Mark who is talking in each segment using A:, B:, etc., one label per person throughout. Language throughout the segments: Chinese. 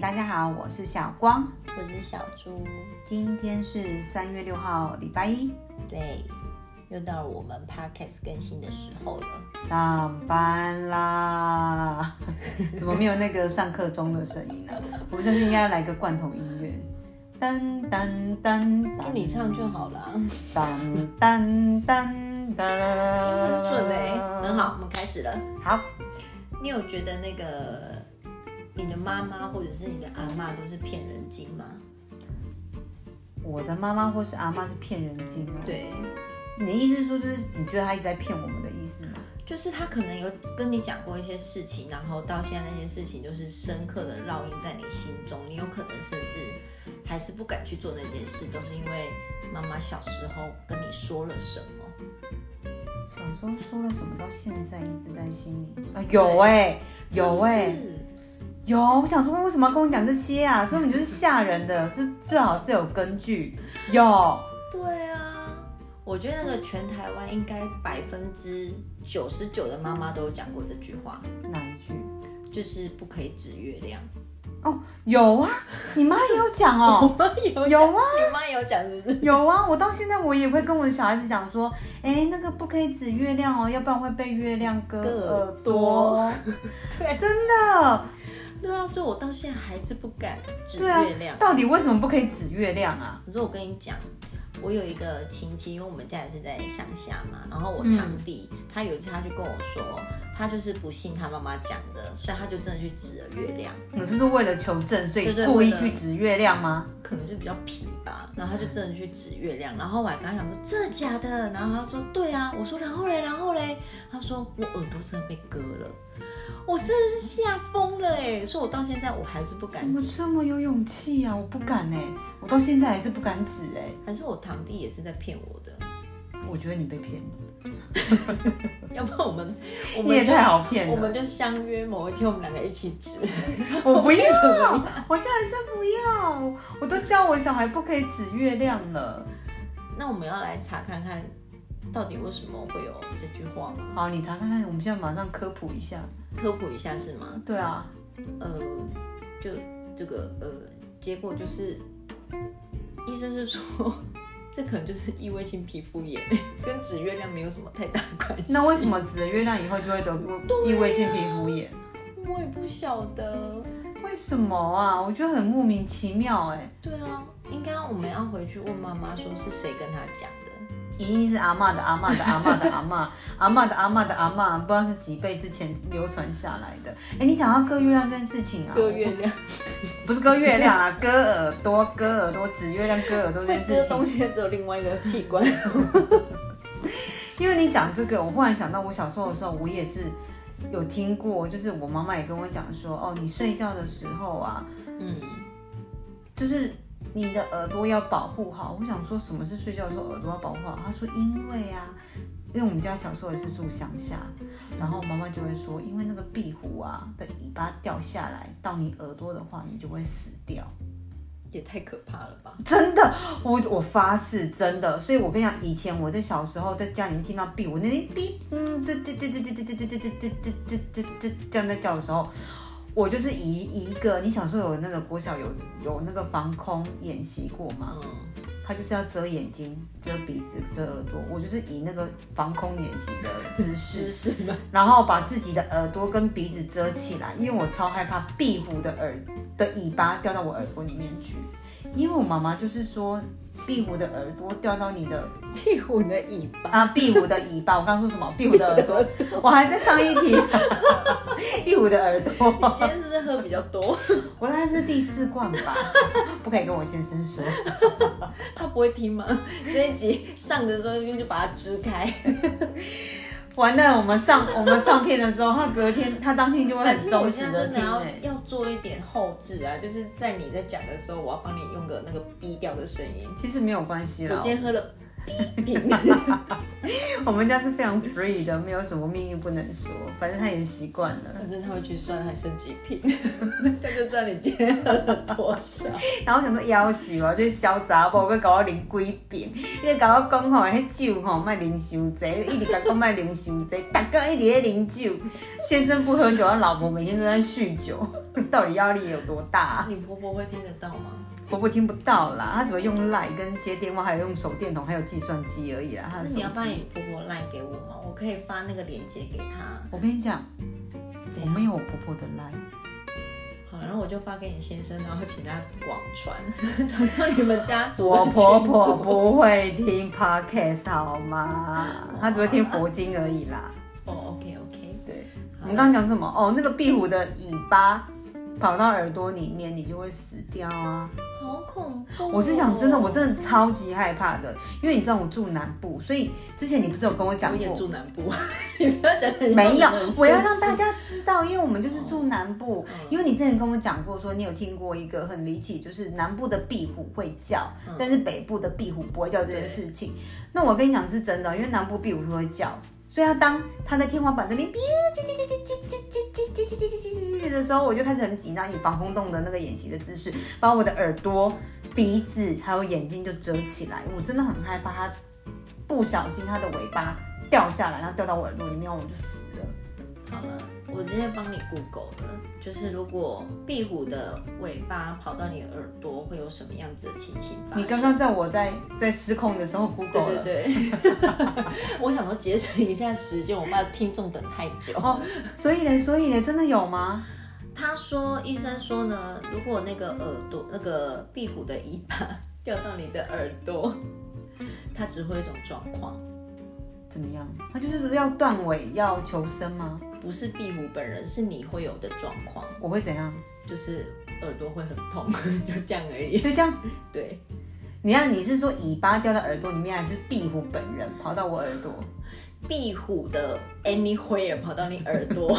A: 大家好，我是小光。
B: 我是小猪。
A: 今天是三月六号，礼拜一，
B: 对，又到了我们 podcast 更新的时候了。
A: 上班 啦。怎么没有那个上课钟的声音呢、我们这次应该要来个罐头音乐，噔噔噔
B: 就
A: 噔，
B: 你唱就好 了，
A: 噔噔噔噔，很
B: 很准哎、
A: 欸
B: 很。好，我们开始了。
A: 好，
B: 你有觉得那个你的妈妈或者是你的阿嬷都是骗人精吗？
A: 我的妈妈或是阿妈是骗人精哦。，
B: 对，
A: 你的意思是说就是你觉得她一直在骗我们的意思吗？
B: 就是她可能有跟你讲过一些事情，然后到现在那些事情就是深刻的烙印在你心中，你有可能甚至还是不敢去做那件事，都是因为妈妈小时候跟你说了什么。
A: 小时候说了什么，到现在一直在心里啊，有哎、有哎、
B: 是不是
A: 有，我想说为什么要跟我讲这些啊？这种就是吓人的，这最好是有根据。有，
B: 对啊，我觉得那个全台湾应该百分之九十九的妈妈都有讲过这句话，
A: 哪一句？
B: 就是不可以指月亮。
A: 有啊，你妈也有讲哦。
B: 妈有
A: 有
B: 啊，你妈有讲是不是？
A: 有啊，我到现在我也会跟我的小孩子讲说，哎，那个不可以指月亮哦，要不然会被月亮割
B: 割
A: 耳
B: 耳
A: 朵
B: 朵。
A: 对，真的。
B: 对啊，所以我到现在还是不敢指
A: 对啊
B: 月亮，。
A: 到底为什么不可以指月亮啊？
B: 可是我跟你讲，我有一个亲戚，因为我们家也是在乡下嘛，然后我
A: 嗯
B: 堂弟、他有一次他就跟我说，他就是不信他妈妈讲的，所以他就真的去指了月亮。
A: 你是说为了求证，所以
B: 对对
A: 故
B: 为
A: 意
B: 了
A: 去指月亮吗？
B: 可能就比较皮吧，然后他就真的去指月亮，然后我还跟他讲说真的假的，然后他说对啊，我说然后嘞，然后嘞，他说我耳朵真的被割了，我真的是吓疯了哎，所以我到现在我还是不敢
A: 怎么
B: 指，
A: 这么有勇气啊？我不敢哎、我到现在还是不敢指哎、
B: 还是我堂弟也是在骗我的，
A: 我觉得你被骗了，
B: 要不然 我们我
A: 嗯你也
B: 们就
A: 太好骗了。
B: 我们就相约某一天我们两个一起指，
A: 我不要
B: 怎么样，
A: 我现在是不要，我都教我小孩不可以指月亮了。
B: 那我们要来查看看到底为什么会有这句话吗？
A: 好，你查看看，我们现在马上科普一下。
B: 科普一下是吗？
A: 对啊，
B: 呃，就这个呃，结果就是医生是说，这可能就是异位性皮肤炎，跟指月亮没有什么太大关系。
A: 那为什么指了月亮以后就会得过异位性皮肤炎？
B: 我也不晓得。
A: 啊为什么啊？我觉得很莫名其妙哎、
B: 对啊，应该我们要回去问妈妈，说是谁跟她讲的。
A: 一定是阿嬷的阿嬷的阿嬷的阿 嬷阿嬷的阿嬷的阿嬷，不知道是几辈之前流传下来的。哎、你讲到割月亮这件事情啊，
B: 割月亮，
A: 不是割月亮啊，割耳朵，割耳朵，指月亮割耳朵这
B: 会
A: 件
B: 割
A: 事
B: 东
A: 情。
B: 西的只有另外一个器官。
A: 因为你讲这个，我忽然想到，我小时候的时候，我也是有听过，就是我妈妈也跟我讲说，哦，你睡觉的时候啊，
B: 嗯，
A: 就是你的耳朵要保护好。我想说，什么是睡觉的时候耳朵要保护好？她说，因为啊，因为我们家小时候也是住乡下，然后妈妈就会说，因为那个壁虎啊的尾巴掉下来到你耳朵的话，你就会死掉。
B: 也太可怕了吧？
A: 真的，我我发誓，真的。所以我跟你讲，以前我在小时候在家里面听到 B，我那边哔，嗯，对对对对对对对对对对对对对对这样在叫的时候，我就是以以一个你小时候有那个国小有有那个防空演习过吗？
B: 嗯，
A: 他就是要遮眼睛、遮鼻子、遮耳朵，我就是以那个防空演习的姿势
B: 知，识吗？
A: 然后把自己的耳朵跟鼻子遮起来，因为我超害怕壁虎的耳的尾巴掉到我耳朵里面去。因为我妈妈就是说，壁虎的耳朵掉到你的
B: 屁股的尾巴。
A: 啊，壁虎的尾巴，我刚刚说什么？壁虎的耳 朵，我还在上一题， 壁虎的耳朵，
B: 今天是不是喝比较多？
A: 我大概是第四罐吧，不可以跟我先生说。
B: 他不会听吗？ 这一集上的时候就把它支开，
A: 完了，我们上我们上片的时候，他隔天他当天就会
B: 还
A: 很
B: 是哦我
A: 忠
B: 现
A: 实
B: 在
A: 的
B: 真的
A: 听、
B: 要
A: 欸。
B: 要做一点后置啊，就是在你在讲的时候，我要帮你用个那个低调的声音。
A: 啊其实没有关系啦，
B: 我今天喝了 B 瓶，
A: 我们家是非常 free 的，没有什么命运不能说，反正他也习惯了。
B: 反正他会去算还剩几瓶，他就知道你今天喝了多少。
A: 然后我想说要死哦，这小杂包佮搞我啉几遍，伊直甲我讲吼，迄酒吼莫啉伤济，一直甲我讲莫啉伤济，逐工一直咧啉酒。先生不喝酒，他老婆每天都在酗酒，到底压力有多大、啊？
B: 你婆婆会听得到吗？
A: 婆婆听不到啦，她只会用赖跟接电话，还有用手电筒，还有计算机而已啦。她
B: 那
A: 的手
B: 你要把
A: 机
B: 你婆婆赖给我吗？我可以发那个链接给她。
A: 我跟你讲，
B: 怎
A: 我
B: 样？
A: 没有我婆婆的赖。
B: 好，然后我就发给你先生，然后请他广传，传 到你们家族的
A: 我婆婆
B: 群组
A: 不会听 podcast 好吗？她只会听佛经而已啦。
B: 哦，OK OK，
A: 对，我
B: 好
A: 们刚刚讲什么？哦，那个壁虎的尾巴跑到耳朵里面，你就会死掉啊！
B: 好恐怖哦、
A: 我是想真的，我真的超级害怕的，因为你知道我住南部，所以之前你不是有跟我讲
B: 我也
A: 过
B: 住。南部， 你不要讲得很像
A: 没有
B: 很，
A: 我要
B: 绅
A: 让大
B: 士
A: 家知道，因为我们就是住南
B: 哦
A: 部。因为你之前跟我讲过，说你有听过一个很离奇，就是南部的壁虎会叫，但是北部的壁虎不会叫这件事情。那我跟你讲是真的，因为南部壁虎会叫，所以它当它在天花板那边哔叽叽叽叽叽叽叽叽叽叽叽叽的时候，我就开始很紧张，以防空洞的那个演习的姿势，把我的耳朵、鼻子还有眼睛就遮起来，我真的很害怕它不小心它的尾巴掉下来，然后掉到我耳朵里面，我就死了。
B: 好了，我直接帮你 Google 了，就是如果壁虎的尾巴跑到你耳朵，会有什么样子的情形发生？
A: 你刚刚在我在在失控的时候 Google
B: 对
A: 了，
B: 对对， 我想说节省一下时间，我怕听众等太久。
A: 哦，所以嘞，所以嘞，真的有吗？
B: 他说，医生说呢，如果那个耳朵那个壁虎的尾巴 掉到你的耳朵，它只会有一种状况，
A: 怎么样？他就是要断尾，要求生吗？
B: 不是壁虎本人，是你会有的状况，
A: 我会怎样？
B: 就是耳朵会很痛， 就这样而已。
A: 就这样？
B: 对，
A: 你看，你是说尾巴掉到耳朵里面，还是壁虎本人跑到我耳朵？
B: 壁虎的 anywhere 跑到你耳 朵，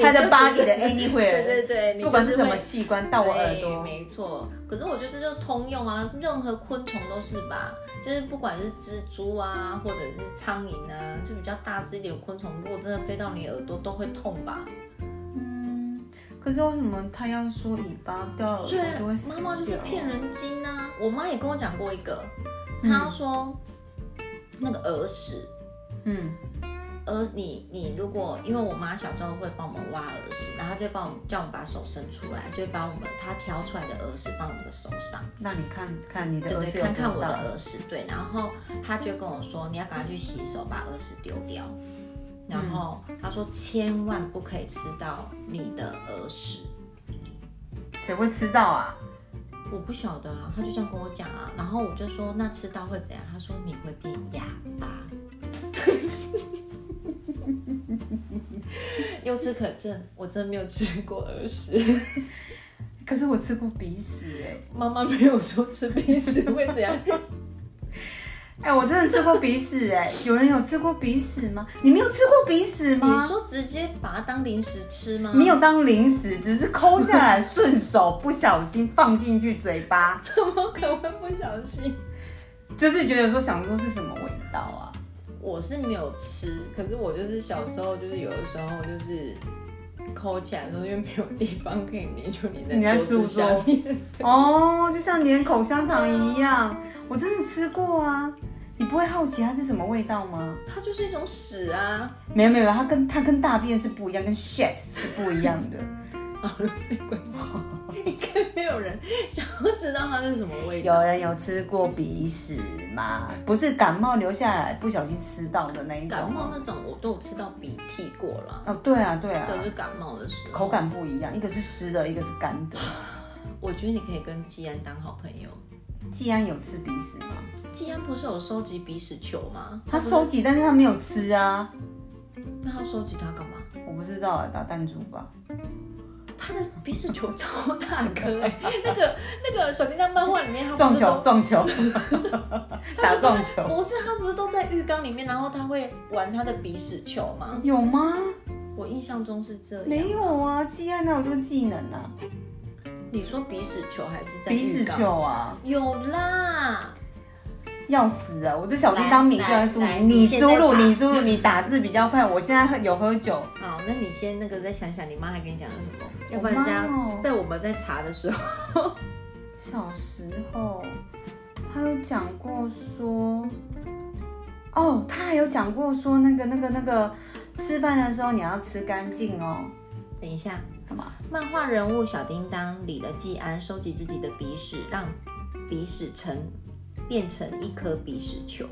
A: 它的 body 的
B: 你就
A: anywhere，
B: 对对对，你
A: 不管
B: 就是是
A: 什么
B: 会
A: 器官到我耳朵
B: 对，没错。可是我觉得这就通用啊，任何昆虫都是吧，就是不管是蜘蛛啊，或者是苍蝇啊，就比较大只一点的昆虫，如果真的飞到你耳朵，都会痛吧。
A: 嗯，可是为什么他要说尾巴掉到耳
B: 所
A: 朵就会
B: 以
A: 死
B: 妈妈嗯就是
A: 掉
B: 骗人精啊！我妈也跟我讲过一个，她说、那个耳屎。
A: 嗯，
B: 而你你如果因为我妈小时候会帮我们挖耳屎，然后她就帮我们叫我们把手伸出来，就会把我们她挑出来的耳屎放我们的手上，
A: 那你看看你的耳
B: 对
A: 屎
B: 对，
A: 有
B: 看看
A: 多
B: 我的
A: 大？
B: 耳屎，对，然后她就跟我说你要赶快去洗手，把耳屎丢掉，然后她说千万不可以吃到你的耳屎。
A: 谁会吃到啊？
B: 我不晓得啊，她就这样跟我讲啊，然后我就说那吃到会怎样？她说你会变哑巴。由此可证，我真没有吃过耳屎。
A: 可是我吃过鼻屎哎、
B: 妈妈没有说吃鼻屎会怎样，
A: 哎、我真的吃过鼻屎哎、有人有吃过鼻屎吗？你没有吃过鼻屎吗？
B: 你说直接把它当零食吃吗？
A: 没有当零食，只是抠下来，顺手不小心放进去嘴巴，
B: 怎么可能会不小心？
A: 就是觉得说想说是什么味道啊？
B: 我是没有吃，可是我就是小时候就是有的时候就是抠起来的时候，因为没有地方可以粘，就粘在
A: 你在
B: 桌子
A: 书
B: 下
A: 桌
B: 面。
A: 哦，就像连口香糖一样，我真的吃过啊。你不会好奇它是什么味道吗？
B: 它就是一种屎啊！
A: 没有没有，它跟它跟大便是不一样，跟 shit 是不一样的。
B: 好了，没关系， 应该没有人想要知道它是什么味
A: 有
B: 道。
A: 人有吃过鼻屎吗？不是感冒留下来不小心吃到的那一种。
B: 感冒那种我都有吃到鼻涕过了，
A: 哦，对啊，对啊，
B: 对，就感冒的时候。
A: 口，感不一样，一个是湿的，一个是干的。
B: 我觉得你可以跟季安当好朋友。
A: 既然有吃鼻屎吗？
B: 季安不是有收集鼻屎球吗？
A: 他
B: 不是
A: 收，集，但是他没有吃啊。
B: 那他收集它干嘛？
A: 我不知道啊，打弹珠吧。
B: 他的鼻屎球超大颗哎、 那个那个小叮当漫画里面，他
A: 撞
B: 不是
A: 球，
B: 都
A: 撞球， 打撞球，
B: 不是他不是都在浴缸里面，然后他会玩他的鼻屎球吗？
A: 有吗？
B: 我印象中是这样。
A: 没有啊，既然哪有这个技能啊？
B: 你说鼻屎球还是在
A: 鼻
B: 浴
A: 屎
B: 缸
A: 球啊，
B: 有啦，
A: 要死啊！我这小叮
B: 来
A: 当敏
B: 来
A: 感输入
B: 来，
A: 你
B: 你现
A: 输
B: 在
A: 入，
B: 查
A: 你输入，你打字比较快。我现在喝有喝酒，
B: 好，那你先那个再想想，你妈还跟你讲了什么？要不
A: 我
B: 然人
A: 妈哦
B: 家在我们在查的时候，
A: 小时候他有讲过说，哦，他还有讲过说那个那个那个吃饭的时候你要吃干净哦，
B: 等一下，
A: 干嘛？
B: 漫画人物小叮当里的啊季安收集自己的鼻屎，让鼻屎成变成一颗鼻屎球。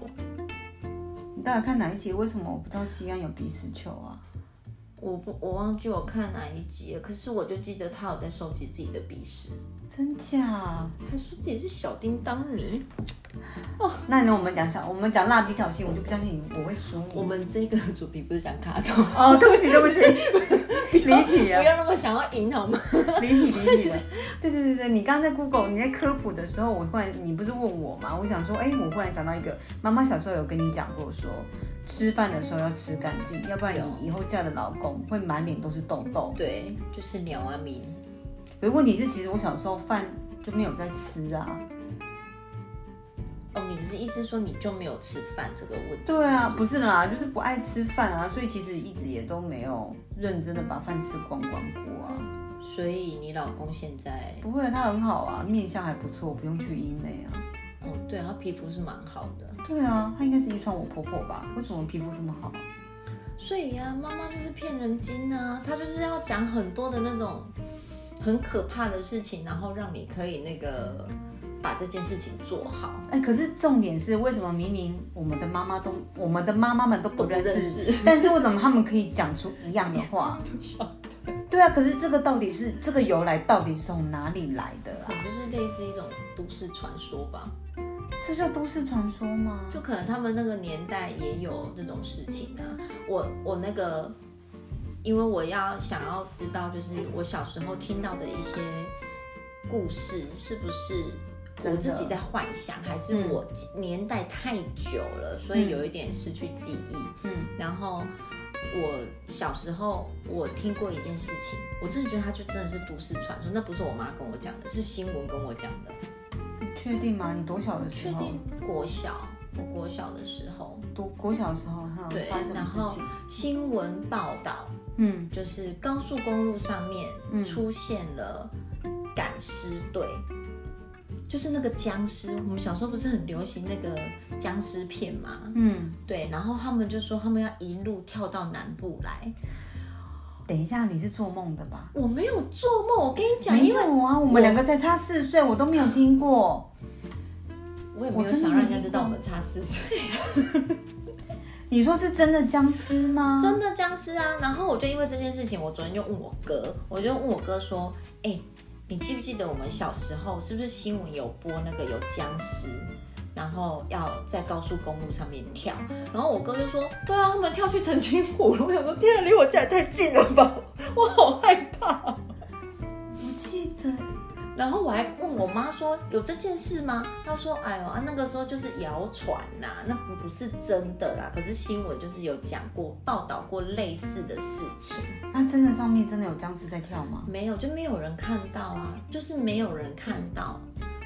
A: 你到底看哪一集？为什么我不知道吉安有鼻屎球啊？
B: 我不，我忘记我看哪一集了，可是我就记得他有在收集自己的鼻屎，
A: 真假？
B: 他说自己是小叮当迷。
A: 那呢，我们讲小，我们讲蜡笔小新，我就不相信你，我会输你。
B: 我们这个主题不是讲卡通，
A: 哦，对不起，对不起， 离
B: 不
A: 题啊，
B: 要那么想要赢好吗？
A: 离题离题了。 对对对对，你刚刚在 Google 你在科普的时候，我忽然你不是问我吗？我想说，哎，我忽然想到一个，妈妈小时候有跟你讲过说，吃饭的时候要吃干净，要不然你以后嫁的老公会满脸都是痘痘。
B: 对，就是鸟啊鸣。
A: 可是问题是，其实我小时候饭就没有在吃啊。
B: 哦，你是意思说你就没有吃饭这个问题？
A: 对啊，
B: 不
A: 不是啦，就是不爱吃饭啊，所以其实一直也都没有认真的把饭吃光光过啊。
B: 所以你老公现在，
A: 不会，他很好啊，面相还不错，不用去医美啊。
B: 嗯，对，他皮肤是蛮好的。
A: 对啊，她应该是遗传我婆婆吧？为什么我皮肤这么好？
B: 所以呀、妈妈就是骗人精啊，她就是要讲很多的那种很可怕的事情，然后让你可以那个把这件事情 做好。
A: 哎，可是重点是，为什么明明我们的妈妈都，我们的妈妈们都不认识，
B: 认识
A: 但是为什么他们可以讲出一样的话？对啊，可是这个到底是这个由来到底是从哪里来的
B: 可
A: 啊？
B: 能就是类似一种都市传说吧，
A: 这叫都市传说吗？
B: 就可能他们那个年代也有这种事情啊。我我那个，因为我要想要知道，就是我小时候听到的一些故事是不是
A: 真的
B: 我自己在幻想，还是
A: 嗯
B: 我年代太久了，所以有一点失去记忆。
A: 嗯，
B: 然后我小时候我听过一件事情，我真的觉得它就真的是都市传说，那不是我妈跟我讲的，是新闻跟我讲的。
A: 你确定吗？你多小的时
B: 确
A: 候
B: 定？国小，我国小的时候，
A: 多国小的时候，哈，
B: 对
A: 发生什么事情？
B: 新闻报道
A: 嗯，
B: 就是高速公路上
A: 嗯
B: 面出现了赶尸队。就是那个僵尸，我们小时候不是很流行那个僵尸片吗？
A: 嗯，
B: 对，然后他们就说他们要一路跳到南部来，
A: 等一下，你是做梦的吧？
B: 我没有做梦，我跟你讲，
A: 没
B: 因
A: 有
B: 为
A: 啊，我们两个才差四岁，我都没有听过。
B: 我也没有想让人家知道我们差四岁，
A: 你说是真的僵尸吗？
B: 真的僵尸啊！然后我就因为这件事情，我昨天就问我哥，我就问我哥说：“哎、你记不记得我们小时候是不是新闻有播那个有僵尸，然后要在高速公路上面跳？”然后我哥就说：“对啊，他们跳去澄清湖了。”我想说：“天啊，离我家也太近了吧， 我好害怕。”
A: 我记得，
B: 然后我还问我妈说有这件事吗？她说哎呦啊那个时候就是谣传呐，那不不是真的啦。可是新闻就是有讲过报道过类似的事情，
A: 那啊真的上面真的有僵尸在跳吗？
B: 没有就没有人看到啊，就是没有人看到。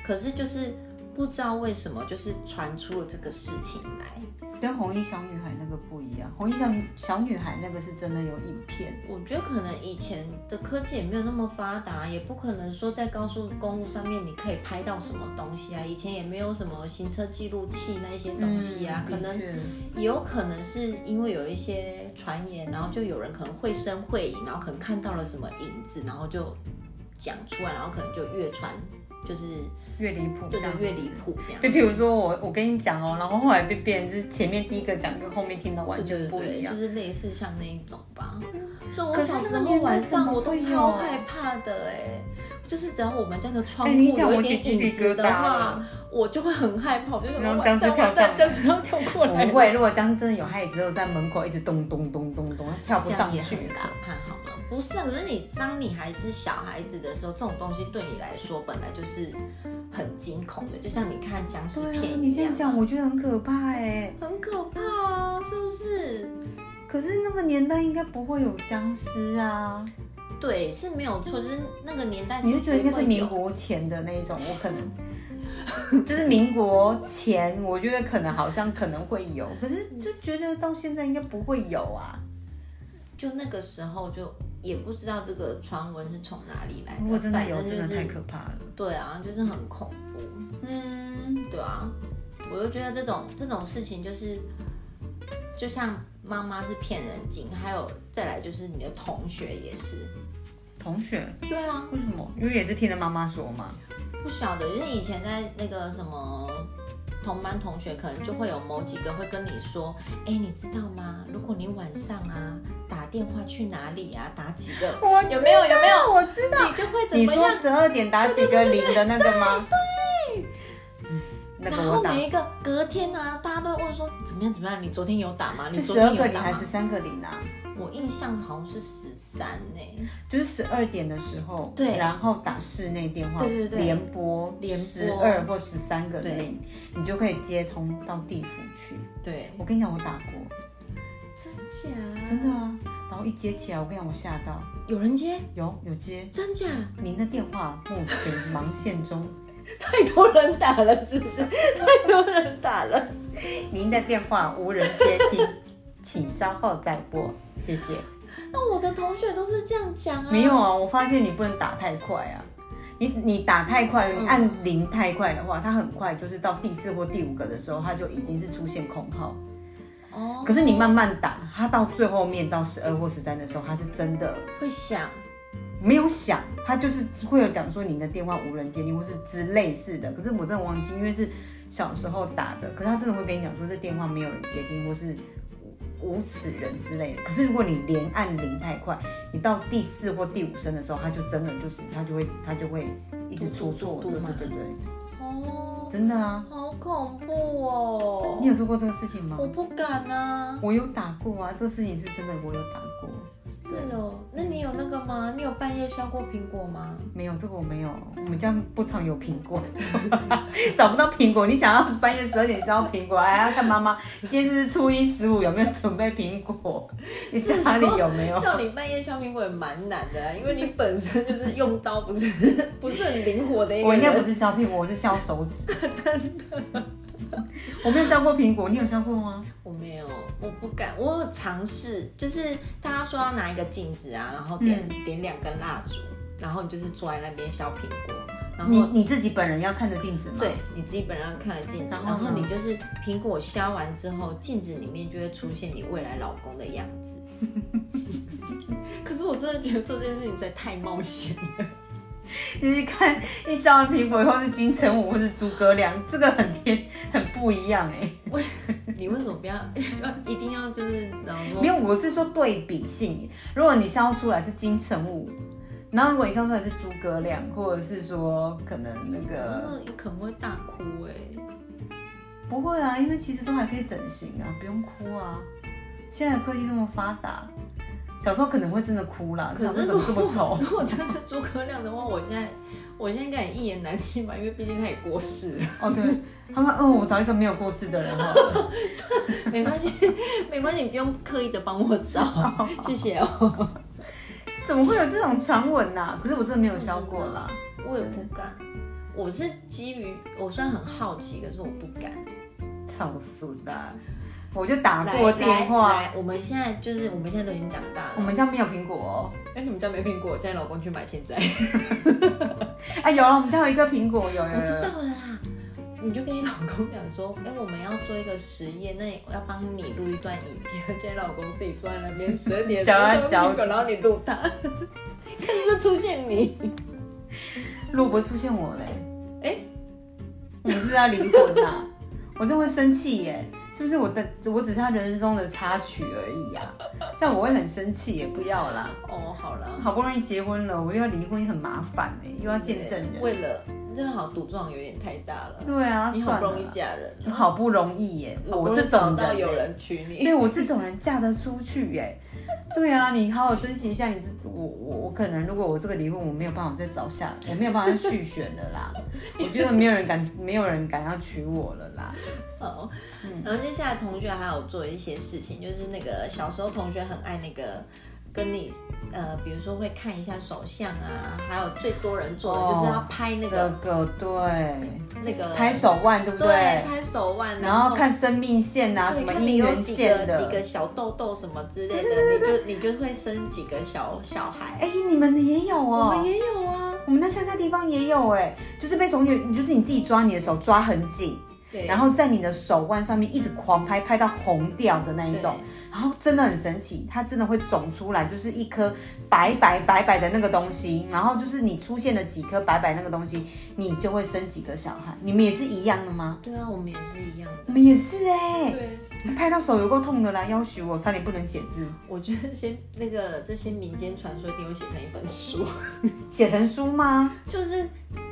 B: 可是就是不知道为什么就是传出了这个事情来，
A: 跟红衣小女孩那个不一样，红衣小小女孩那个是真的有影片，
B: 我觉得可能以前的科技也没有那么发达，也不可能说在高速公路上面你可以拍到什么东西啊。以前也没有什么行车记录器那一些东西啊，
A: 嗯
B: 可能也有可能是因为有一些传言，然后就有人可能绘声绘影，然后可能看到了什么影子，然后就讲出来，然后可能就越传就是
A: 越离谱，
B: 就是越离。谱这样。
A: 就譬如说我，我跟你讲哦，然后后来被别人就是前面第一个讲，跟后面听的完
B: 对
A: 全
B: 对
A: 不一
B: 对，
A: 样嗯
B: 就。是类似像那一种吧。所以我
A: 可是
B: 小
A: 那
B: 时
A: 个
B: 候
A: 年代
B: 晚
A: 怎么
B: 上我都
A: 会
B: 超
A: 有
B: 害怕的哎、就是只要我们家的窗
A: 哎
B: 户
A: 你讲
B: 有
A: 我
B: 一
A: 起
B: 点
A: 鸡皮
B: 影子
A: 疙
B: 的
A: 瘩
B: 话
A: 了，
B: 我就会很害怕，我就想
A: 然
B: 说
A: 后僵
B: 完蛋
A: 尸
B: 完蛋，
A: 跳上
B: 僵尸要跳过来了
A: 不，会，如果僵尸真的有，他也只有在门口一直咚咚咚咚咚，他跳
B: 这
A: 不
B: 样
A: 上
B: 也
A: 去
B: 很可
A: 啦。
B: 怕好吗？不是啊，可是你当你还是小孩子的时候，这种东西对你来说本来就是很惊恐的，就像你看僵尸
A: 对啊，
B: 片
A: 你
B: 一
A: 这样
B: 样，
A: 讲，我觉得很可怕哎。
B: 很可怕啊，是不是？
A: 可是那个年代应该不会有僵尸啊。
B: 对，是没有错，就是那个年代是
A: 你就觉得应该是
B: 不会有
A: 民国前的那一种，我可能就是民国前，我觉得可能好像可能会有，可是就觉得到现在应该不会有啊。
B: 就那个时候就也不知道这个传闻是从哪里来的，
A: 如果真的有，
B: 反正
A: 真
B: 就
A: 的
B: 是
A: 太可怕了。
B: 对啊，就是很恐怖，
A: 嗯，
B: 对啊，我就觉得这种这种事情就是，就像妈妈是骗人精，还有再来就是你的同学也是，
A: 同学
B: 对啊，
A: 为什么？因为也是听着妈妈说嘛。
B: 不晓得，就是以前在那个什么同班同学，可能就会有某几个会跟你说，哎、你知道吗？如果你晚上啊打电话去哪里啊，打几个，
A: 我
B: 有没有有没有，
A: 我知道。
B: 你就会怎
A: 你
B: 么
A: 说
B: 样？
A: 十二点打几个零的那个吗？对，那
B: 然
A: 个我
B: 后
A: 打。
B: 每一个隔天啊，大家都会问说怎么样怎么样？你昨天有打吗？你
A: 是
B: 昨
A: 十
B: 天
A: 二
B: 有
A: 个零
B: 打吗
A: 还是三个零啊？
B: 我印象好像是十三呢，
A: 就是十二点的时候，
B: 对
A: 然后打室内电话，
B: 对对对
A: 连拨
B: 连拨
A: 十二或十三个
B: 对
A: 零，你就可以接通到地府去。
B: 对，
A: 我跟你讲，我打过，
B: 真假？
A: 真的啊。然后一接起来，我跟你讲，我吓到，
B: 有人接？
A: 有有接，
B: 真假？
A: 您的电话目前忙线中，
B: 太多人打了，是 不是？太多人打了。
A: 您的电话无人接听，请稍后再拨，谢谢。
B: 那我的同学都是这样讲啊，
A: 没有啊，我发现你不能打太快啊。你你打太快，你按铃太快的话，它很快就是到第四或第五个的时候，它就已经是出现空号。
B: 哦，
A: 可是你慢慢打，它到最后面到十二或十三的时候，它是真的
B: 会想，
A: 没有响，它就是会有讲说你的电话无人接听或是之类似的。可是我真的忘记，因为是小时候打的，可是它真的会跟你讲说这电话没有人接听或是无无此人之类的。可是如果你连按铃太快，你到第四或第五声的时候，它就真的就是它就会它就会一直出错，对
B: 嘟嘟嘟嘟嘛
A: 对对对，
B: 哦，
A: 真的啊！
B: 好恐怖哦，
A: 你有做过这个事情吗
B: 我？不敢啊，
A: 我有打过啊，这个事情是真的，我有打过。
B: 是哦，那你有那个吗？你有半夜削过苹果吗？
A: 没有这个我没有，我们家不常有苹果， 找不到苹果。你想要半夜十二点吃到苹果，哎，要看妈妈今天是不是初一十五有没有准备苹果？你家里有没 有？
B: 叫你半夜削苹果也蛮难的啊，因为你本身就是用刀不是 不是很灵活的一
A: 我
B: 个
A: 应该不
B: 人，
A: 是削苹果，我是削手指。真 的，我没有削过苹果，你有削过吗？
B: 我没有，我不敢，我有尝试，就是大家说要拿一个镜子啊，然后点、
A: 嗯
B: 点两根蜡烛，然后你就是坐在那边削苹果，然后
A: 你你自己本人要看着镜子吗？
B: 嗯对，，你自己本人看了镜子，
A: 然
B: 然
A: 后呢
B: 后你就是苹果削完之后，镜子里面就会出现你未来老公的样子。 可是我真的觉得做这件事情实在太冒险 了，
A: 就是看一削完苹果以后是金城武或是诸葛亮，这个很天很不一样哎、
B: 你为什么不要一定要就是然后
A: 没有，我是说对比性。如果你笑出来是金城武，然后如果你笑出来是诸葛亮，或者是说可能那个
B: 有呃可能会大哭哎、
A: 不会啊，因为其实都还可以整形啊，不用哭啊。现在科技这么发达，小时候可能会真的哭啦，
B: 可是
A: 小时候怎么这么丑？
B: 如果真的是诸葛亮的话，我现在我现在应该也一言难尽吧，因为毕竟他也过世 了。
A: 哦，对，他们哦，我找一个没有过世的人 好了。
B: 没关系，没关系，你不用刻意的帮我找，谢谢哦。
A: 怎么会有这种传闻呐？可是我真的没有笑过啦。
B: 我也不敢。我是基于我虽然很好奇，可是我不敢。
A: 超俗的，啊我就打
B: 嗯来
A: 过电话。
B: 来来我们现在就是我们现在都已经长大了。
A: 我们家没有苹果哦，
B: 哎、你们家没苹果，现在老公去买现在。
A: 哎，有了，我们家有一个苹果，有有有。
B: 我知道了啦。你就跟你老公讲说，哎、我们要做一个实验，那我要帮你录一段影片，叫你老公自己坐在那边十二点
A: 叫他
B: 的时候
A: 小
B: 苹果，然后你录他，看是不是出现你。
A: 如果不出现我嘞，
B: 哎
A: 我们是不是要离婚啊？ 我真会生气耶！是不是我的我只是他人生中的插曲而已啊？这样我会很生气耶！不要啦，
B: 哦，好了，
A: 好不容易结婚了，我又要离婚，很麻烦哎，又要见证人。
B: 嗯为了真的好赌状有点太大了，
A: 对啊，
B: 你好不容易
A: 算了
B: 嫁人，
A: 啦，好不容易耶！
B: 好不
A: 我
B: 容易
A: 这种
B: 找到有
A: 耶，
B: 人娶你，
A: 对我这种人嫁得出去耶！对啊，你好好珍惜一下你这我我我可能如果我这个离婚，我没有办法再找下，我没有办法再续选的 啦。我觉得没有人敢，没有人敢要娶我了啦。
B: 哦，然后接下来同学还有做一些事情，就是那个小时候同学很爱那个跟你呃，比如说会看一下手相啊，还有最多人做的就是要拍那个、
A: 这个对，
B: 那个
A: 哦拍手腕对不
B: 对
A: 对？
B: 拍手腕，
A: 然后看生命线啊，
B: 对
A: 什么
B: 看你
A: 姻
B: 有
A: 缘
B: 几
A: 线
B: 个
A: 的。
B: 几个小痘痘什么之类的，你就你就会生几个小小孩。
A: 哎、你们的也有
B: 我
A: 哦，
B: 们也有啊，
A: 我们那乡下地方也有哎、就是被手女，就是你自己抓你的手抓很紧，
B: 对，
A: 然后在你的手腕上面一直狂拍，拍到红掉的那一种，然后真的很神奇，它真的会肿出来，就是一颗白白白白的那个东西，然后就是你出现了几颗白白那个东西，你就会生几个小孩。你们也是一样的吗？
B: 对啊，我们也是一样
A: 我
B: 的。
A: 们也是哎、
B: 对，
A: 拍到手有够痛的啦，要许我差点不能写字，
B: 我觉得先那个这些民间传说一定会写成一本书，
A: 写成书吗？
B: 就是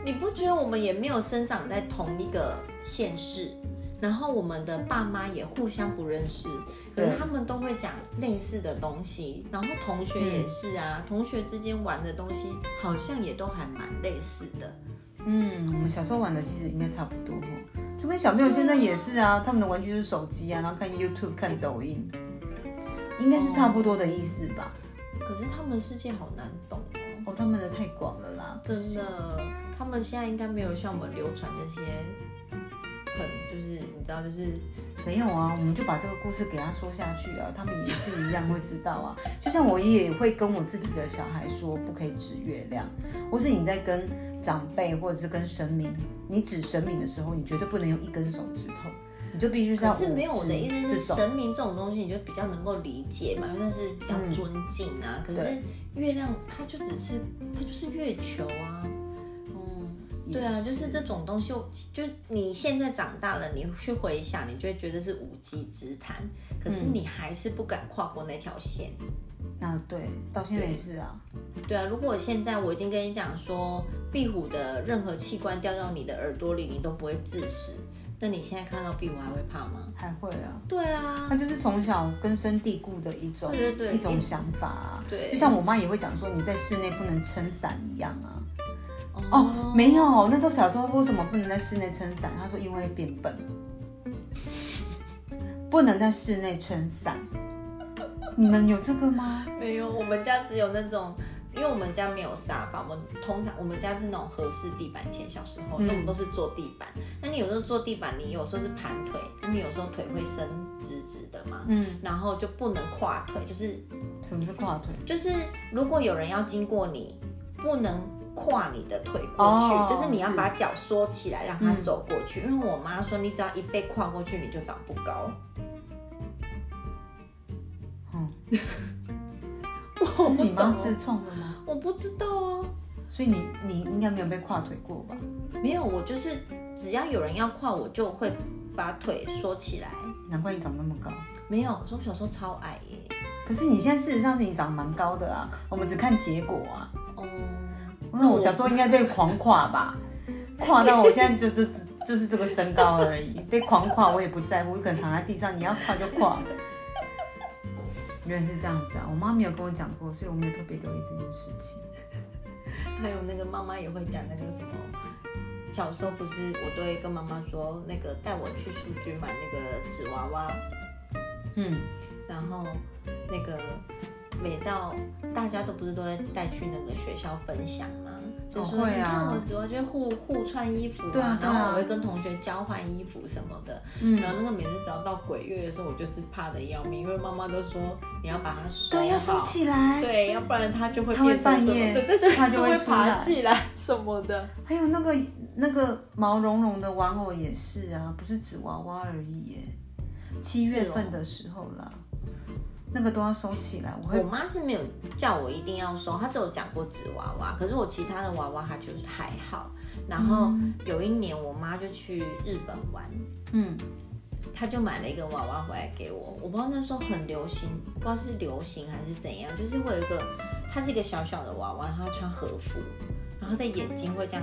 B: 你不觉得我们也没有生长在同一个县市，然后我们的爸妈也互相不认识，可是
A: 对
B: 他们都会讲类似的东西，然后同学也
A: 嗯
B: 是啊，同学之间玩的东西好像也都还蛮类似的。
A: 嗯，我们小时候玩的其实应该差不多哦，就跟小朋友现在也是啊，他们的玩具就是手机啊，然后看 YouTube、看抖音，应该是差不多的意思吧。
B: 可是他们世界好难懂哦，
A: 哦，他们的太广了啦，不
B: 真
A: 啊是
B: 的，他们现在应该没有像我们流传这些很就是你知道就是
A: 没有啊，我们就把这个故事给他说下去啊，他们也是一样会知道啊。就像我也会跟我自己的小孩说，不可以指月亮，或是你在跟长辈或者是跟神明，你指神明的时候，你绝对不能用一根手指头，你就必须是要
B: 可是没有
A: 五
B: 我的
A: 指
B: 意思是，
A: 这种
B: 神明这种东西你就比较能够理解嘛，因为那是比较尊敬啊。可是
A: 对
B: 月亮它就只是它就是月球啊，
A: 嗯，
B: 对啊，
A: 也
B: 就是这种东西，就是你现在长大了，你去回想，你就会觉得是无稽之谈。可是你还是不敢跨过那条线。
A: 那对，到现在也是啊。
B: 对啊，如果现在我已经跟你讲说，壁虎的任何器官掉到你的耳朵里，你都不会自食，那你现在看到壁虎还会怕吗？
A: 还会啊，
B: 对啊
A: 他，就是从小根深蒂固的一种
B: 对对对
A: 一种想法、啊，
B: 对
A: 就像我妈也会讲说你在室内不能撑伞一样啊。
B: 哦
A: 没有，那时候小时候为什么不能在室内撑伞？她说因为会变笨， 不能在室内撑伞。你们有这个吗？
B: 没有，我们家只有那种，因为我们家没有沙发，我们通常我们家是那种合适地板前。小时候，因为我们都是坐地板，那你有时候坐地板，你有时候是盘腿，那你有时候腿会伸直直的嘛，
A: 嗯，
B: 然后就不能跨腿，就是
A: 什么是跨腿？
B: 就是如果有人要经过你，不能跨你的腿过去，
A: 哦
B: 就是你要
A: 是
B: 把脚缩起来让他走过去。因为我妈说，你只要一被跨过去，你就长不高。
A: 嗯，
B: 我
A: 这是
B: 不
A: 你妈
B: 懂，
A: 自创的吗？
B: 我不知道啊。
A: 所以你你应该没有被跨腿过吧？
B: 没有，我就是只要有人要跨，我就会把腿缩起来。
A: 难怪你长那么高。
B: 没有，可是我小时候超矮耶。
A: 可是你现在事实上是你长蛮高的啊，我们只看结果啊。
B: 哦、
A: 那我小时候应该被狂跨吧， 跨到我现在就就只就是这个身高而已，被狂跨我也不在乎，可能躺在地上，你要跨就跨。原来是这样子啊，我妈没有跟我讲过，所以我没有特别留意这件事情。
B: 还有那个妈妈也会讲那个什么，小时候不是我都会跟妈妈说，那个带我去书局买那个纸娃娃，
A: 嗯，
B: 然后那个每到大家都不是都会带去那个学校分享吗？就说、
A: 哦会啊
B: 你看我只要就互互穿衣服
A: 对啊对
B: 然
A: 啊
B: 后我会跟同学交换衣服什么的。
A: 嗯
B: 然后那个每次只要到鬼月的时候，我就是怕的要命，因为妈妈都说你要把它收
A: 对，要
B: 好
A: 收起来。
B: 对，要不然它就会
A: 它会
B: 变成什么，
A: 半夜
B: 对对对，
A: 它就会
B: 会
A: 出
B: 爬
A: 来
B: 起来什么的。
A: 还有那个那个毛茸茸的玩偶也是啊，不是纸娃娃而已耶。七月份的时候啦，那个都要收起来，我会
B: 我妈是没有叫我一定要收，她只有讲过纸娃娃，可是我其他的娃娃她就是还好。然后有一年我妈就去日本玩，
A: 嗯。
B: 她就买了一个娃娃回来给我，我不知道那时候很流行，不知道是流行还是怎样，就是会有一个，它是一个小小的娃娃，然后她穿和服，然后在眼睛会这样，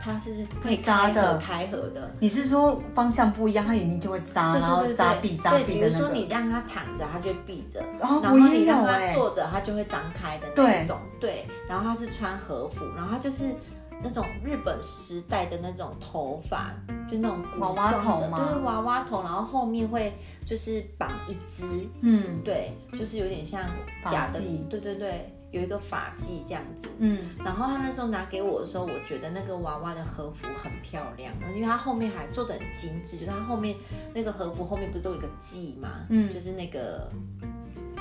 B: 它是可以
A: 扎
B: 开合
A: 的
B: 开合的，
A: 你是说方向不一样，它眼睛就会扎，
B: 对
A: 然后
B: 对对
A: 扎闭
B: 对，
A: 扎
B: 对，
A: 闭
B: 比
A: 的
B: 如
A: 那
B: 说
A: 个
B: 你。让它躺着，它就会闭着。
A: 哦，
B: 然后
A: 我也
B: 你
A: 有
B: 让它
A: 哎、
B: 坐着，它就会张开的那一种。对，然后它是穿和服，然后它就是那种日本时代的那种头发，就那种古
A: 娃娃
B: 装的
A: 头吗
B: 对，娃娃头，然后后面会就是绑一只，
A: 嗯
B: 对，就是有点像假
A: 发
B: 的
A: 髻，
B: 对对对，有一个发髻这样子。
A: 嗯，
B: 然后他那时候拿给我的时候，我觉得那个娃娃的和服很漂亮，因为它后面还做的很精致，就是它后面那个和服后面不是都有一个髻嘛，
A: 嗯
B: 就是那个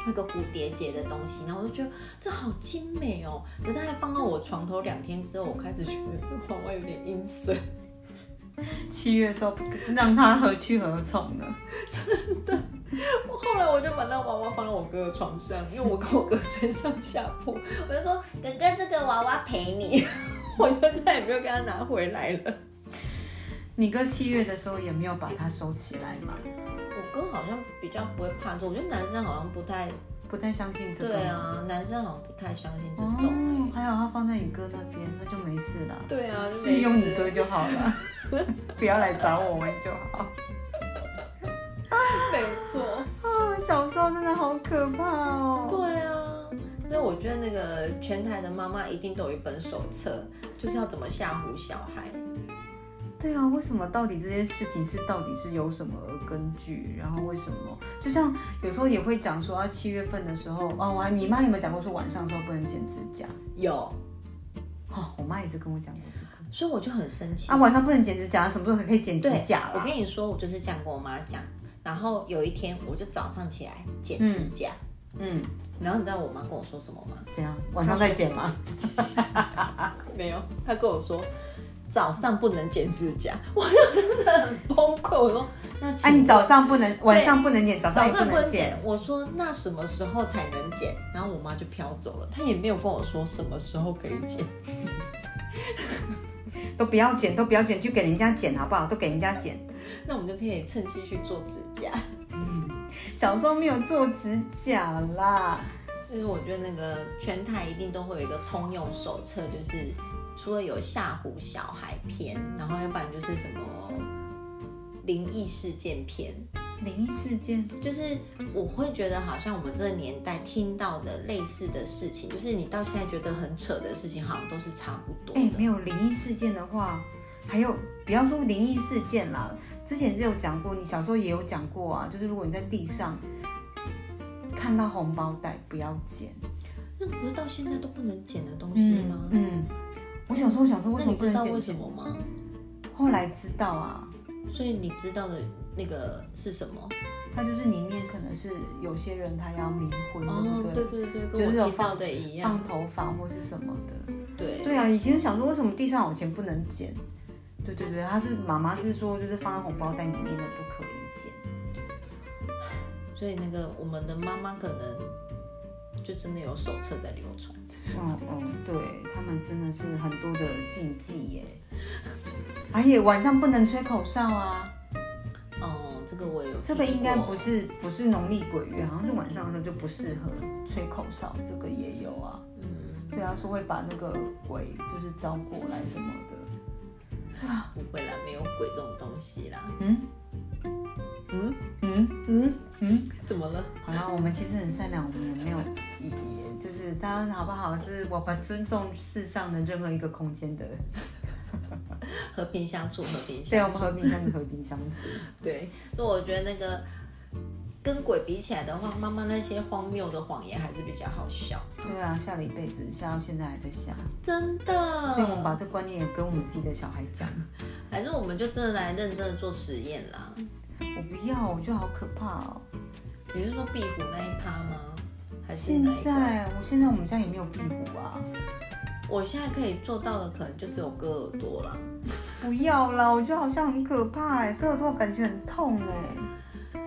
B: 那个蝴蝶结的东西，然后我就觉得这好精美哦。可是它还放到我床头两天之后，我开始觉得这娃娃有点阴森，
A: 七月的时候让他何去何从呢？
B: 后来我就把那娃娃放到我哥的床上，因为我跟我哥睡上下铺，我就说哥哥这个娃娃陪你， 我就再也没有给他拿回来了。
A: 你哥七月的时候也没有把它收起来嘛？
B: 我哥好像比较不会怕这，我觉得男生好像不太
A: 不太相信这个。
B: 对啊，男生好像不太相信这
A: 哦，
B: 种、
A: 还好他放在你哥那边，那就没事了，
B: 对啊，
A: 就
B: 没
A: 用
B: 事
A: 你哥就好 了，不要来找我们就好。
B: 没错。
A: 啊，小时候真的好可怕哦。
B: 对啊，所以我觉得那个全台的妈妈一定都有一本手册，就是要怎么吓唬小孩。
A: 对啊，为什么到底这些事情是到底是有什么根据？然后为什么？就像有时候也会讲说啊，七月份的时候啊，我还你妈有没有讲过说晚上的时候不能剪指甲？
B: 有，
A: 哦，我妈也是跟我讲过这个。
B: 所以我就很生气。
A: 啊，晚上不能剪指甲，什么时候才可以剪指
B: 对
A: 甲啦？
B: 我跟你说，我就是这样跟我妈讲。然后有一天，我就早上起来剪指甲，
A: 嗯，
B: 然后你知道我妈跟我说什么吗？
A: 怎样？晚上再剪吗？
B: 没有，他跟我说早上不能剪指甲， 我就真的很崩溃。我说那
A: 哎、
B: 请
A: 你早上不能，晚上不能剪，早上
B: 早
A: 也不
B: 上不
A: 能
B: 能
A: 剪
B: 剪，。我说那什么时候才能剪？然后我妈就飘走了，她也没有跟我说什么时候可以剪。
A: 都不要剪，都不要剪，去给人家剪好不好？都给人家剪。
B: 那我们就可以趁机去做指甲。
A: 小时候没有做指甲啦。
B: 就是我觉得那个全台一定都会有一个通用手册，就是除了有吓唬小孩篇，然后要不然就是什么灵异事件篇。
A: 灵异事件，
B: 就是我会觉得好像我们这个年代听到的类似的事情，就是你到现在觉得很扯的事情，好像都是差不多
A: 哎、
B: 的。
A: 没有灵异事件的话，还有不要说灵异事件啦，之前是有讲过，你小时候也有讲过啊，就是如果你在地上看到红包袋，不要捡。
B: 那不是到现在都不能剪的东西吗？
A: 嗯，我小时候想说为
B: 那
A: 什么
B: 你
A: 不
B: 知
A: 能
B: 道
A: 捡？
B: 为什么吗？
A: 后来知道啊，
B: 所以你知道的那个是什么？
A: 它就是里面可能是有些人他要冥婚，
B: 哦
A: 对，不
B: 对
A: 对？
B: 对对，
A: 就
B: 跟
A: 是有
B: 我提到
A: 放
B: 的一样。
A: 放头发或是什么的。
B: 对，
A: 对啊，以前想说为什么地上有钱不能捡？对对对，他是妈妈是说就是放在红包袋里面的不可以捡。
B: 所以那个我们的妈妈可能就真的有手册在流传。
A: 嗯嗯，对他们真的是很多的禁忌 耶，而且晚上不能吹口哨啊。
B: 哦，这个我也有听过。
A: 这个应该不是不是农历鬼月，好像是晚上的时候就不适合吹口哨，这个也有啊。
B: 嗯，
A: 对啊，说会把那个鬼就是招过来什么的。
B: 不会啦，没有鬼这种东西啦。
A: 嗯
B: 嗯
A: 嗯，
B: 嗯
A: 嗯，
B: 怎么了？
A: 好啦，我们其实很善良，我们也没有意义，就是大家好不好？是我们尊重世上的任何一个空间的，
B: 和平相处，和平
A: 对我
B: 相
A: 们和
B: 处。
A: 平相处，和平相处。
B: 对，那我觉得那个跟鬼比起来的话，妈妈那些荒谬的谎言还是比较好笑，
A: 对啊，吓了一辈子，吓到现在还在吓，
B: 真的。
A: 所以我们把这观念也跟我们自己的小孩讲。
B: 还是我们就真的来认真的做实验啦。
A: 嗯我不要，我觉得好可怕哦。
B: 你是说壁虎那一趴吗？还是
A: 现
B: 哪一个？
A: 在，我现在我们家也没有壁虎啊。
B: 我现在可以做到的可能就只有割耳朵啦。
A: 不要啦，我觉得好像很可怕哎、割耳朵感觉很痛哎、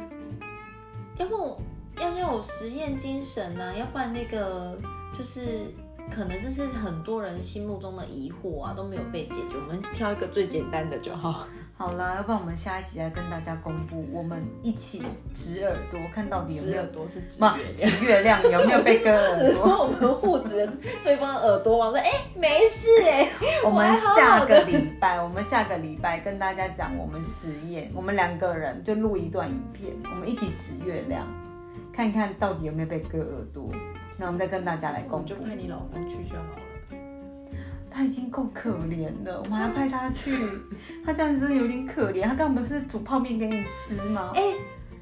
B: 要不我要要有实验精神呢、啊要不然那个就是可能这是很多人心目中的疑惑啊，都没有被解决。我们挑一个最简单的就好。
A: 好啦，要不然我们下一集来跟大家公布，我们一起指耳朵，看到底有
B: 指
A: 没有
B: 耳朵是指
A: 嘛
B: 月亮。
A: 指月亮有没有被割耳
B: 只是
A: 朵？
B: 我们互指对方的耳朵啊，说哎、没事哎、
A: 我们
B: 还好好
A: 下个礼拜，我们下个礼拜跟大家讲我们实验，我们两个人就录一段影片，我们一起指月亮，看看到底有没有被割耳朵。那我们再跟大家来
B: 我
A: 公
B: 们
A: 布
B: 就，派你老公去就好了。
A: 他已经够可怜了，我们还要派他去，他这样子真的有点可怜。他刚不是煮泡面给你吃吗？
B: 哎、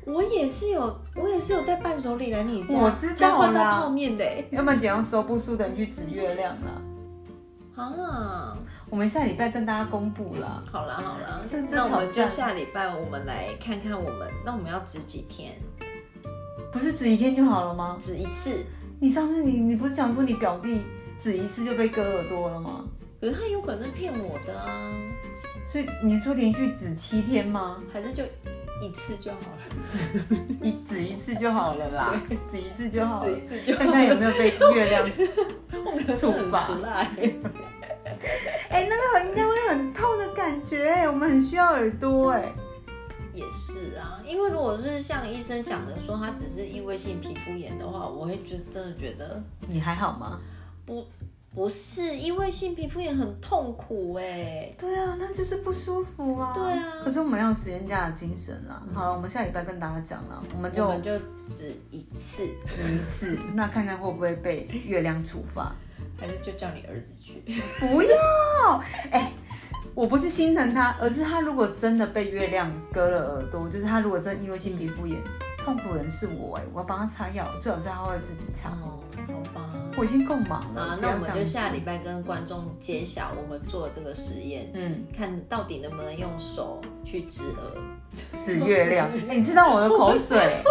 B: 我也是有，我也是有带伴手礼来你家，
A: 我知道
B: 才换到
A: 啦
B: 泡面的、欸、
A: 要不然怎样说不输的人去指月亮啦？
B: 啊。
A: 我们下礼拜跟大家公布啦。
B: 好啦好啦，
A: 这这
B: 那我
A: 挑
B: 们就
A: 战
B: 下礼拜我们来看看我们，那我们要值几天？
A: 不是指一天就好了吗？
B: 值一次？
A: 你上次你你不是讲说你表弟指一次就被割耳朵了吗？
B: 可是他有可能是骗我的啊，
A: 所以你说连续指七天吗？
B: 还是就一次就好了，
A: 你指 一次就好了啦，指一次就好
B: 值
A: 了
B: 一。次就好
A: 看
B: 了。
A: 看有没有被月 亮，
B: 我们 很
A: 处罚
B: 实赖。
A: 哎、那个很应该会很痛的感觉、哎，我们很需要耳朵、哎，
B: 也是啊，因为如果是像医生讲的说他只是异位性皮肤炎的话，我会觉得真的觉得
A: 你还好吗？
B: 不不是异位性皮肤炎很痛苦哎、
A: 对啊，那就是不舒服啊。
B: 对啊
A: 可是我们要有实验家的精神啦。好了，我们下礼拜跟大家讲了，我们就
B: 我们就只一次，
A: 指一次，那看看会不会被月亮处罚。
B: 还是就叫你儿子去。
A: 不要，哎、我不是心疼他，而是他如果真的被月亮割了耳朵，就是他如果真的因为性皮肤炎，痛苦人是我哎、我要帮他擦药，最好是他会自己擦。
B: 哦，好吧。
A: 我已经够忙了，
B: 啊，
A: 不
B: 那
A: 要
B: 我们
A: 这
B: 就
A: 样子
B: 下礼拜跟观众揭晓我们做这个实验，
A: 嗯
B: 看到底能不能用手去指耳。
A: 指月亮。哎、你吃到我的口水，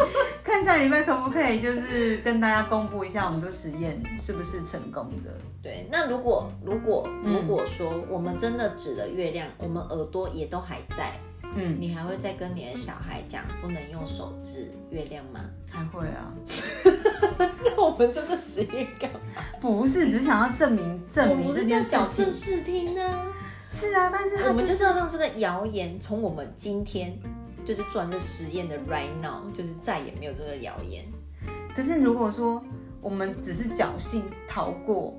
A: 看下礼拜可不可以就是跟大家公布一下我们这个实验是不是成功的？
B: 对，那如果如果
A: 嗯
B: 如果说我们真的指了月亮，我们耳朵也都还在，
A: 嗯，
B: 你还会再跟你的小孩讲不能用手指月亮吗？
A: 还会啊，
B: 那我们就这实验干嘛？
A: 不是，只是想要证明证
B: 我
A: 明
B: 们
A: 这
B: 是
A: 件
B: 叫
A: 事
B: 矫正
A: 情。
B: 视听呢，
A: 是啊，但是他
B: 我们
A: 就
B: 就是是要让这个谣言从我们今天就是做完这实验的 right now，就是再也没有这个谣言。
A: 但是如果说我们只是侥幸逃过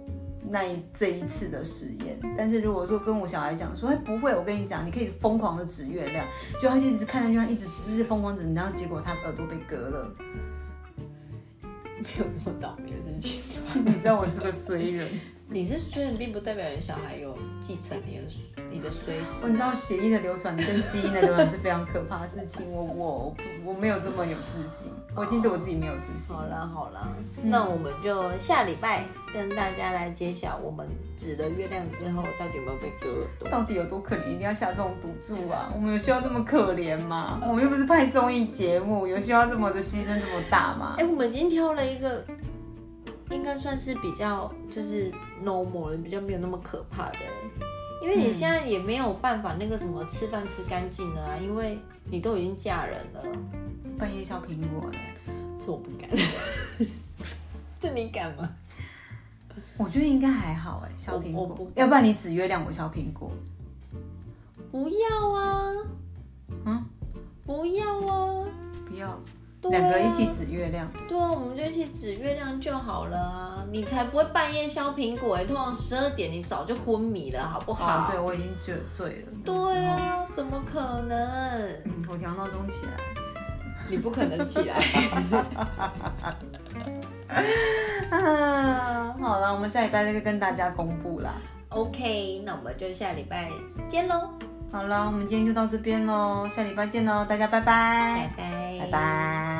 A: 那一这一次的实验，但是如果说跟我小孩讲说，哎，不会，我跟你讲，你可以疯狂的指月亮，就他就一直看着月亮，一直一直疯狂指，然后结果他耳朵被割了，
B: 没有这么倒霉的事情。
A: 你知道我是个衰人，
B: 你是虽然并不代表你小孩有继承你的你的衰
A: 哦你
B: 势，
A: 知道血液的流传跟基因的流传是非常可怕的事情，我我我不我没有这么有自信，我已经对我自己没有自信
B: 好。啦好啦，那我们就下礼拜跟大家来揭晓我们指了月亮之后到底有没有被割耳朵。
A: 到底有多可怜，一定要下这种赌注啊！我们有需要这么可怜吗？我们又不是拍综艺节目，有需要这么的牺牲这么大吗
B: 哎、？我们已经挑了一个，应该算是比较就是 normal 的，比较没有那么可怕的、因为你现在也没有办法那个什么吃饭吃干净了啊，因为你都已经嫁人了，
A: 半夜削苹果嘞，
B: 这我不敢。 这你敢吗？
A: 我觉得应该还好哎，削苹
B: 我我不
A: 果，要不然你指月亮，我削苹果。
B: 不要啊！
A: 嗯，
B: 不要啊！
A: 不要，
B: 对啊
A: 两个一起指月亮，
B: 对啊，我们就一起指月亮就好了啊！你才不会半夜削苹果哎、通常十二点你早就昏迷了，好不
A: 啊
B: 好？，
A: 对我已经醉醉了。有的
B: 哦对
A: 时候，
B: 啊，怎么可能？
A: 嗯我调闹钟起来。
B: 你不可能起来。
A: 啊，好了，我们下礼拜再跟大家公布啦。
B: OK，那我们就下礼拜见喽，
A: 好了，我们今天就到这边喽，下礼拜见喽，大家拜拜，
B: 拜拜，
A: 拜拜